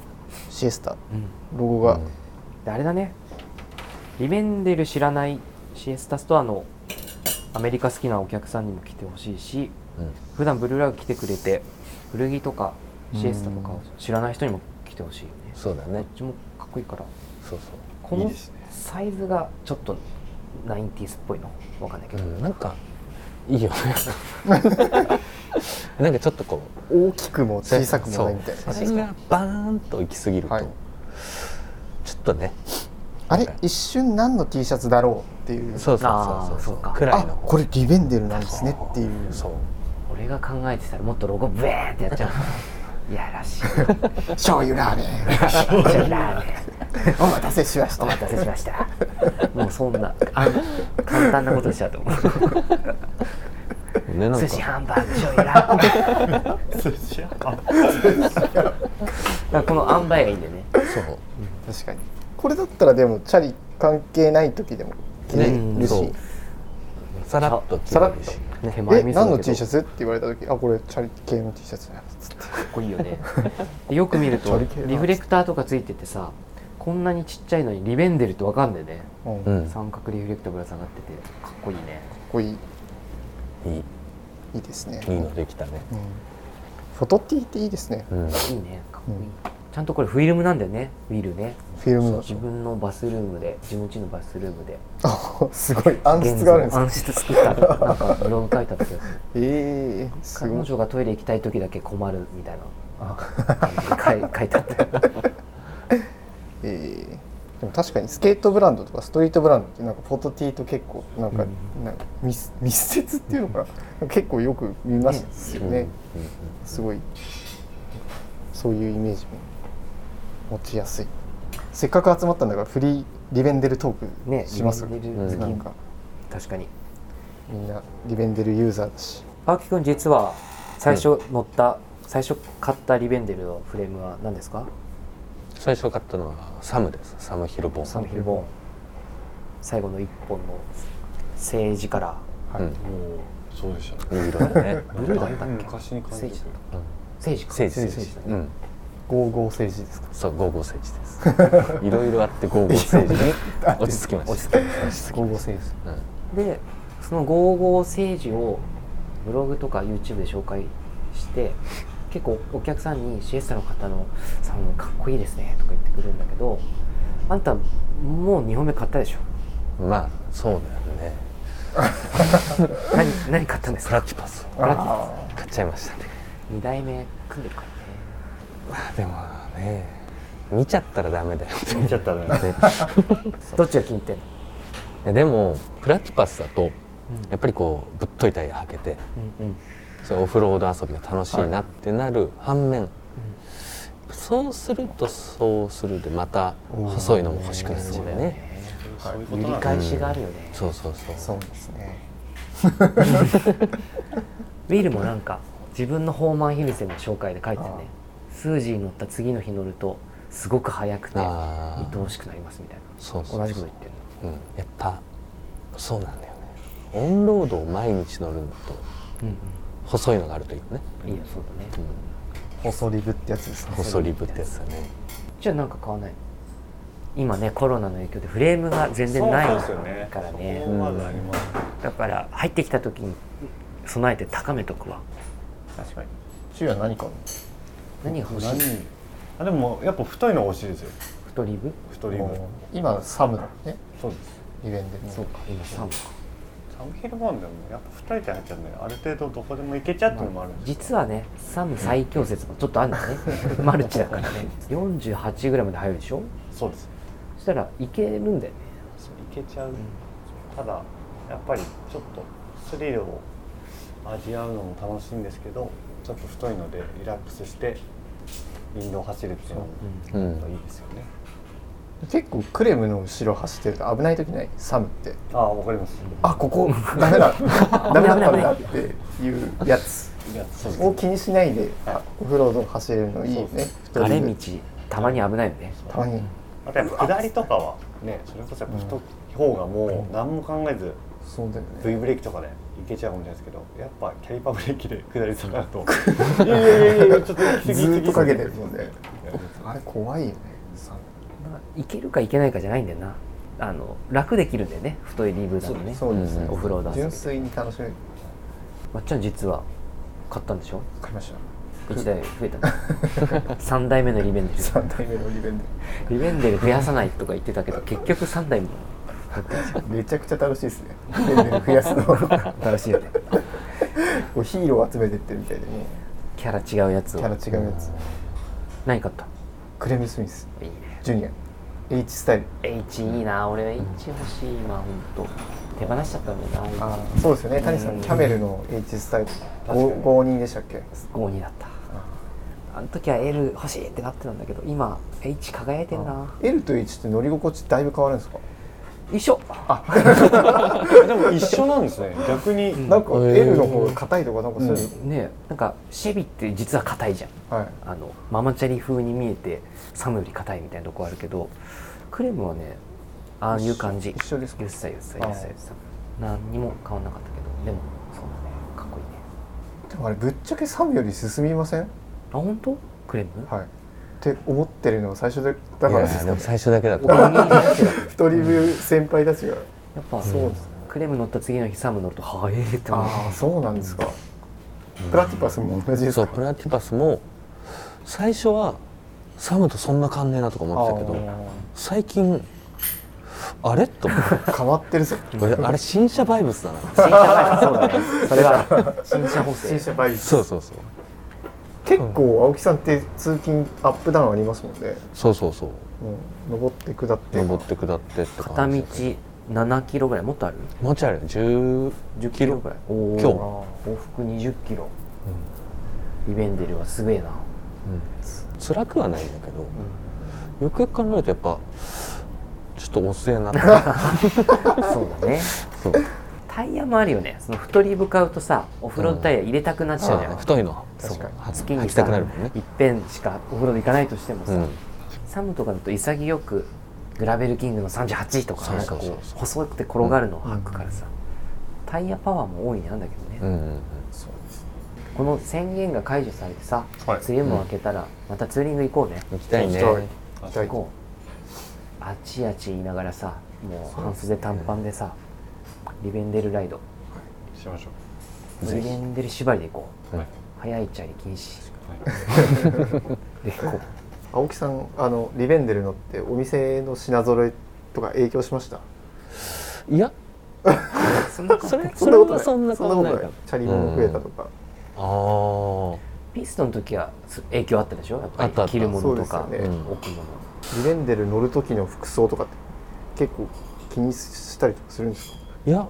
E: シエスタ
C: うん
E: ロゴが、
C: であれだねリベンデル知らないシエスタストアのアメリカ好きなお客さんにも来てほしいし
D: うん
C: 普段ブルーラグ来てくれて古着とかシエスタとか
E: う
C: を知らない人にも来てほしいよね
D: そうだね
C: うちもかっこいいから
D: そうそう
C: こ
G: いい
C: の
G: ですね
C: サイズがちょっと 90s っぽいのわかんないけ
D: う
C: ど、
D: ん、なんかいいよね なんかちょっとこう
E: 大きくも小さくもないみたいな
D: そう写真がバーンと行き過ぎると、
E: はい
D: ちょっとね
E: あれ一瞬何の T シャツだろうっていう
D: そうそう
C: あー
D: そうそ
C: そ
D: う
C: うか
D: くらい
E: あ
D: の
E: これリベンデルなんですねっていう
D: そう
C: 俺が考えてたらもっとロゴブエーってやっちゃ ういやらしい
E: 醤油ラーメン
C: ラーメン
E: お待たせしました
C: お待たせしました もうそんなあの簡単なことしちゃうと思 う
D: ねなん
C: 寿司
D: か
C: ハンバーグ醤油ラー メンだからこの塩梅がいいんだよね
D: そう
E: 確かにこれだったらでもチャリ関係ない時でも着れ
D: ね
E: るし、
D: そうさらっと
E: さらっと
D: 着れるし
C: 手
E: え
C: 前味噌だけど
E: 何の T シャツって言われた時あこれチャリ系の T シャツだよつって
C: かっこいいよねで よく見る と
E: チャリ系だ
C: リフレクターとかついててさこんなにちっちゃいのにリベンデルってわかんないね
E: うん
D: う
E: かっ
D: ん
C: 三角リフレクターぶら下がっててかっこいいね
E: こいい
D: いい
E: いいですね、
D: いいのできたね
E: うんフォト T っていいですね
D: うん
C: いいねかっこいい、
E: うん
C: ちゃんとこれフィルムなんだよねウィルね
E: フィルムの
C: 自分のバスルームで自分家のバスルームで
E: あすごい暗室があるんですか
C: 暗室作ったなんかブログ書いたんだけど
E: ええす
C: 彼
E: ごい
C: 女がトイレ行きたい時だけ困るみたいな感じで書い 書いてあった
E: ええでも確かにスケートブランドとかストリートブランドってなんかフォト T と結構なんか、なんか密密接っていうのかな結構よく見ますよねすごいそういうイメージも持ちやすいせっかく集まったんだからフリーリベンデルトー
C: ね
E: クします、
C: リベンデル好き
E: なんか
C: 確かに
E: みんなリベンデルユーザーだし
C: 青木君実は最初乗った、最初買ったリベンデルのフレームは何ですか
D: 最初買ったのはサムですサムヒルボン
C: サムヒルボーン最後の一本の政治から
D: うん
C: もう
G: そうでしたね
D: いい色 だね
C: ブルーだったっけ
B: 昔に感じ
C: 政
B: て
C: 治だった
D: うん
C: 政治か
D: 聖地
C: 政
D: で
C: 治
D: す
C: だね
D: うん
E: ゴーゴー政治ですか
D: そうゴーゴー聖地ですいろいろあってゴーゴー聖地に落ち着きま
C: 落ち
D: し
C: 着
D: た
E: ゴーゴー政治
D: うん
C: でその55政治をブログとか YouTube で紹介して結構お客さんにシエスタの方の「サウンドかっこいいですね」とか言ってくるんだけどあんたもう2本目買ったでしょ
D: まあそうだよね
C: 何何買ったんです
D: プ
C: か
D: ラティパスを
C: ブラティ
D: 買っちゃいましたね
C: 2代目組んでるからね
D: まあでもね見ちゃったらダメだよ
B: た見ちゃったね
C: どっちが気に入ってんの
D: ねでもプラティパスだとやっぱりこうぶっといタイヤ履けて
C: うんうん
D: そういうオフロード遊びが楽しいなってなる反面、そうするとそうするでまた細いのも欲しくなっちゃうね
B: そういうこと
C: 揺り
B: なんだ
C: 返しがあるよね、
D: そうそうそう
E: そうですね
C: ウィルもなんか自分のホーマン・ヒルセンの紹介で書いてるねスージー乗った次の日乗るとすごく速くて
D: あー
C: 愛おしくなりますみたいな
D: そうそう
C: 同じこと言ってるの
D: うん、やっぱそうなんだよねオンロードを毎日乗るのと細いのがあるといいよね、
C: いいよそうだね
D: うん、
E: 細リブってやつですね
D: 細リブってやつだね
C: じゃあなんか買わないの今ねコロナの影響でフレームが全然ない
B: そうなんですよね
C: からね
B: そこまであります
C: だから入ってきた時に備えて高めとくわ
A: 確かに中は何か
C: 何が欲しい
B: 何あでもやっぱ太いのが欲しいですよ
C: 太リブ
B: 太リブ
A: 今サムだもんね
B: そうです
A: イベンデルの
C: そうか今3か
B: サムヒルボーンでもやっぱ太いって入っちゃうんである程度どこでも行けちゃうっていうのもあるんです
C: 実はねサム最強説もちょっとあるんだ ねマルチだから ね48ぐらいまで入るでしょ
B: そうです
C: そしたらいけるんだよね
B: そういけちゃう、ただやっぱりちょっとスリルを味わうのも楽しいんですけどちょっと太いのでリラックスして林道を走るっていうのも
D: う
B: やっぱい
D: ん
B: いですよね、
E: 結構クレムの後ろ走ってると危ない時ないサムって
B: ああわかります
E: あここダメ だダメだったんだっていうやつ
B: いやそうです
E: を気にしないであオフロード走れるのいいよね
C: あれ
E: 太
C: 道
E: り
C: たまに危ないよね
E: たまに
B: あとやっぱ下りとかはねそれこそやっぱ太い方がもう何も考えず
E: そうだよ
B: V ブレーキとかで行けちゃうかもしれないですけどやっぱキャリパブレーキで下り坂だといやいやいやいやちょっと行き過ぎ
E: ねずーっとかけて
B: 行
E: る
B: き
E: もんね
B: 過ぎ
E: あれ怖いよねサム
C: まあいけるかいけないかじゃないんだよなあの楽できるんだよね太いリーブだとね
E: そうですね
C: オフロード遊び
E: 純粋に楽しめる
C: まっちゃん実は買ったんでしょ
E: 買いました
C: 1台増えた3 代目のリベンデル
E: 三代目のリベンデ
C: リベンデル増やさないとか言ってたけど結局3台も
E: ルめちゃくちゃ楽しいですねリベンデル増やすの
C: 楽しいよね
E: こうヒーロー集めてってるみたいでね
C: キャラ違うやつ
E: キ
C: を
E: ャラ違うやつ
C: 何買った
E: クレム・スミス
C: いいね
E: ジュニア H スタイル
C: H いいな俺は H 欲しい今ほんと手放しちゃったんだよな
E: ああそうですよね谷さ
C: うんん
E: キャメルの H スタイル
B: かに
E: 52でしたっけ
C: 52だったあの時は L 欲しいってなってたんだけど今 H 輝いてんな
E: L と H って乗り心地だいぶ変わるんですか
C: 一緒
B: でも一緒なんですね逆に、
E: なんか
D: へー
E: L の方が硬いとかなんかそういう
C: ねなんかシェビって実は硬いじゃん
E: のはい
C: あのママチャリ風に見えてサムより硬いみたいなとこあるけどクレームはねああいう感じ
E: 一緒ですか
C: ゆっさゆっさゆっさゆっさ何にも変わんなかったけどでもそうだねかっこいいね
E: でもあれぶっちゃけサムより進みません
C: あ本当クレーム
E: はいって思ってるのは最初でだからです
D: いやで
E: ね
D: も最初だけだっ
C: お
D: た
C: 気に入りのやつがや
E: 一人分先輩たちが
C: っぱ
E: そうですね
C: クレーム乗った次の日サム乗るとはえーって思う
E: ああそうなんですかプラティパスも同じです
D: そう
E: か
D: プラティパスも最初はサムとそんな関連なとか思ってたけど最近あれと思って
E: あー変わってるぞ
D: これあれ新車バイブスだな
C: 新車だそうだねそれは 新車補正
E: 新車バイブ
D: そうそうそう
E: 結構青木さんって通勤アップダウンありますもんね、
D: そうそうそう
E: うん、登って下って
D: 登って下ってって
C: 片
D: 感
C: 道
D: じ
C: 7キロぐらいもっとある
D: もうちょいあるよ10
C: 10
D: 10
C: キ
D: キ
C: ロ
D: ロ
C: ぐらい
D: ー
C: 今往復20キロ、リベンデルはすげえな
D: 辛くはないんだけど、よくよく考えるとやっぱちょっと遅えなって
C: そうだね
D: そう
C: タイヤもあるよねその太り深うとさオフロードタイヤ入れたくなっちゃうじゃん、
D: あ太いの
C: そう
E: 確
D: は
C: 月
D: 履
C: に
D: き
C: さ
D: たくなるもんね
C: いっぺんしかお風呂で行かないとしてもさ、
D: うん
C: サムとかだと潔くグラベルキングの38とか
D: そう
C: なん
D: そ
C: か
D: うそう
C: こう細くて転がるのを履くからさ、タイヤパワーも多いねなんだけどね、
D: うんうん
C: この宣言が解除されてさ、
B: はい
C: 梅雨も明けたらまたツーリング行こうね、
D: 行きたいね
E: 行きた
C: 行
E: い
C: こうあちあち言いながらさもう半袖短パンでさリベンデルライド
B: しましょ
C: リベンデル縛りで行こう、
D: はい
C: 早いチャリ禁止
B: う、
C: で行こう
E: 青木さんあのリベンデルのってお店の品揃えとか影響しました
D: いや
C: そんな
D: それ
E: そ
D: そ
E: ん
D: れ
E: なことな
D: はいそんな
E: そんな
D: こと
E: ことな
D: ないから
E: いチャリも増えたとか、
D: あ
C: ピストの時はす影響あったでしょやっぱ
D: あったあっ
C: り
D: た
C: 着るものとか、
E: そうです
D: よね
C: 置くもの
E: リベンデル乗る時の服装とかって結構気にしたりとかするんですか
D: あいや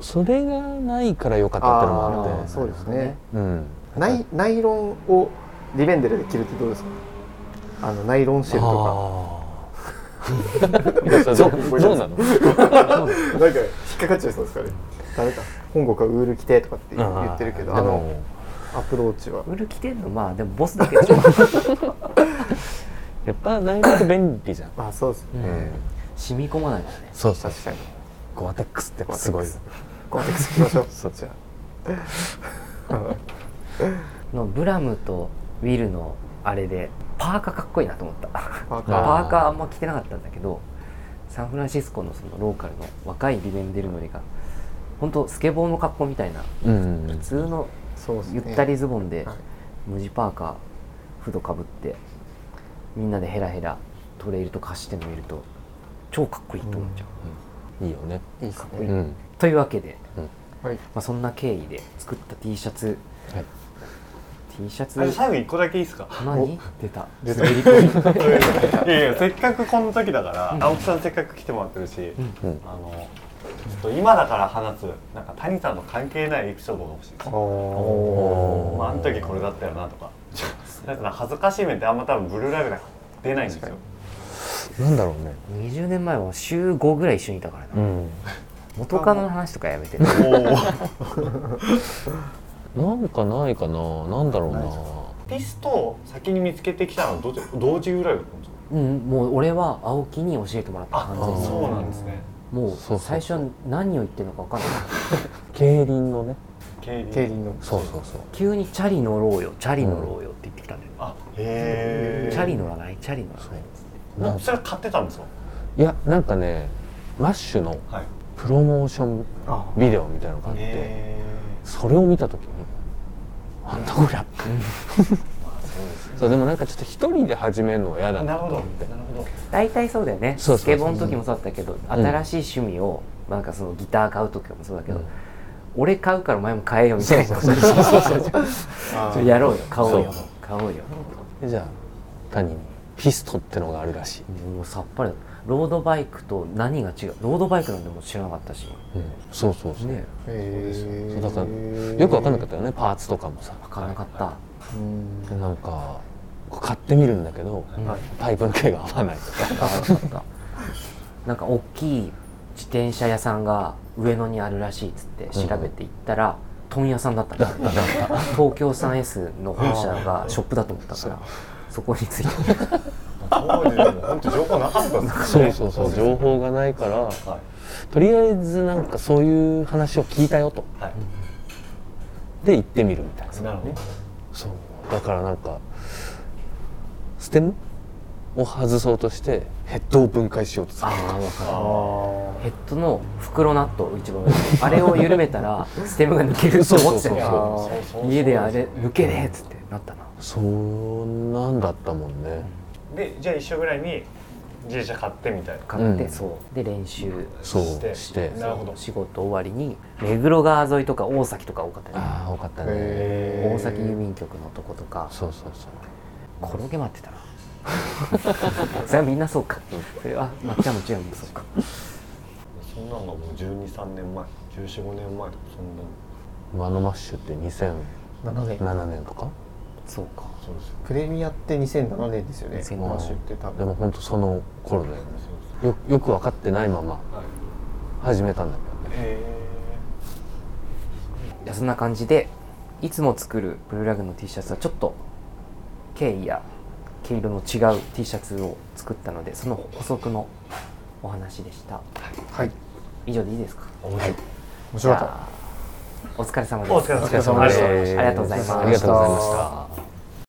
D: それがないから良かったってのもあ
E: ー
D: っ
E: そうですね
D: てうん
E: ナイナイロンをリベンデルで着るってどうですかあのナイロンシェルと
D: あーいやそれどうどうなの
E: かなんか引っかかっちゃいそうですかねダメか本国はウール着てとかって言ってるけどあ
D: で
E: の
D: も
E: アプローチは
C: 売る着てんのまあでもボスだけでしょ
D: やっぱ内容って便利じゃん、
E: あそうですね
D: うん、
C: 染み込まないもんね
D: そうそう
E: 確かに
D: ゴアテックスってやっぱすごいよ
E: ゴアテックス着ましょう
D: そう
E: じゃあ
C: のブラムとウィルのあれでパーカーかっこいいなと思った
E: パーカ
C: パ
E: ー
C: ーカーあんま着てなかったんだけどサンフランシスコのそのローカルの若いリベンデルノリが本当スケボーの格好みたいな
D: うんうん
C: 普通の
E: そうです
C: ゆ
E: ね
C: ったりズボンで
E: はい
C: 無地パーカーフードかぶってみんなでヘラヘラトレイルとか走ってるの見ると超かっこいいと思っちゃう、
D: いいよね
E: いいですね
C: う
D: うん
C: というわけで、
D: うん
E: はい
C: まあ、そんな経緯で作った T シャツ、
D: はい
C: T シャツ
B: あ最後一個だけいいですか
C: 何出た
E: 出た
C: 滑り込み
B: いやいやせっかくこの時だから、青木さんせっかく来てもらってるし、
D: うん
B: あのちょっと今だから話すなんか谷さんの関係ないエピソードが欲しいです、
D: お
B: まあ、あの時これだったよなとかだから恥ずかしい面ってあんま多分ブルーライブで出ないんですよ
D: なんだろうね
C: 20年前は週5ぐらい一緒にいたからな、
D: ん
C: 元カノの話とかやめ て
D: なんかないかななんだろう
B: ピストを先に見つけてきたのはどっち同時ぐらいだったんですよ
C: うんもう俺は青木に教えてもらった
B: あ
C: 感じです
B: そうなんですね
C: も
D: そうそう
C: う最初は何を言ってるのか分かんない
D: な競輪のね
B: 競輪
E: 競輪の
D: そうそうそう
C: 急に「チャリ乗ろうよチャリ乗ろうよ」って言ってきたんだよ、
B: あへえ
C: チャリ乗らないチャリ乗らない
D: なん
B: それ買ってたんですか
D: いやなんかねマッシュの
B: はい
D: プロモーション
E: あ
D: ビデオみたいなのがあって
B: へ
D: それを見た時になんだこりゃそうでもなんかちょっと一人で始めるのは嫌だ
B: な
D: な
B: るほどなるほど
C: 大体そうだよね
D: そうそうそ
C: スケ
D: う
C: ボーの時もそうだったけど、新しい趣味をまあなんかそのギター買う時もそうだけど、
D: うん
C: 俺買うからお前も買えよみたいな
D: そうそうそうそうそう
A: あ
C: ちょやろうよ買おうよ
D: そう
C: 買おうよ
D: でじゃあ谷にピストってのがあるらしい、
C: もうさっぱりだロードバイクと何が違うロードバイクなんてもう知らなかったし
D: うん、そうそうそう、
C: ね
D: そ
A: へ
D: うだからよく分かんなかったよねパーツとかもさ
C: 分からなかった、
A: うん
D: でなんか買ってみるんだけど、
C: うん
D: パイプの毛が合わないとか
C: あよかったなんか大きい自転車屋さんが上野にあるらしいっつって調べて行ったら、問屋さんだ ったんだ東京 3S の本社がショップだと思ったからそこについ て
A: 当時でも本当情報なかったです
D: そうそうそう情報がないから、とりあえずなんかそういう話を聞いたよと、
B: はい
D: で行ってみるみたいな
B: なるほど
D: そうだからなんかステムを外そうとしてヘッドを分解しようとする
C: ヘッドの袋ナット一番上あれを緩めた らステムが抜けると
D: そう
C: 思
D: そう
C: って
D: そう
C: たよ
D: そ
C: 家であれ抜けねえっつってなったな
D: うそうなんだったもんね
B: でじゃあ一緒ぐらいに自転車買ってみたいな
C: 買って、
D: うん
C: そうで練習
D: そう
B: して
D: して
B: なるほど
C: 仕事終わりに目黒川沿いとか大崎とか多かったよね
D: ああ多かったね、
C: 大崎郵便局のとことか
D: そうそうそう
C: 転げ回ってたな それはみんなそうかそれはまっちゃんもちやんもそうか
B: そんなのがもう123年前1415年前とかそんな
D: ワノマッシュって2007
A: なので
D: 年とか
C: そうか
B: そうですよ
A: プレミアって2007年ですよね
C: 2007
A: マッシュって多
D: でも
A: 分
D: 本当その頃だよねよよく分かってないまま
B: はい
D: 始めたんだけどね
B: へ
C: いやそんな感じでいつも作るブルーラグの T シャツはちょっと経緯や毛色の違う T シャツを作ったのでその補足のお話でした
E: はい
C: 以上でいいですか
E: 面
C: じ
E: 白
C: ゃ
E: かった
C: あお疲れ様です
B: お疲れ様です
C: ありがとうございます
D: ありがとうございました
C: た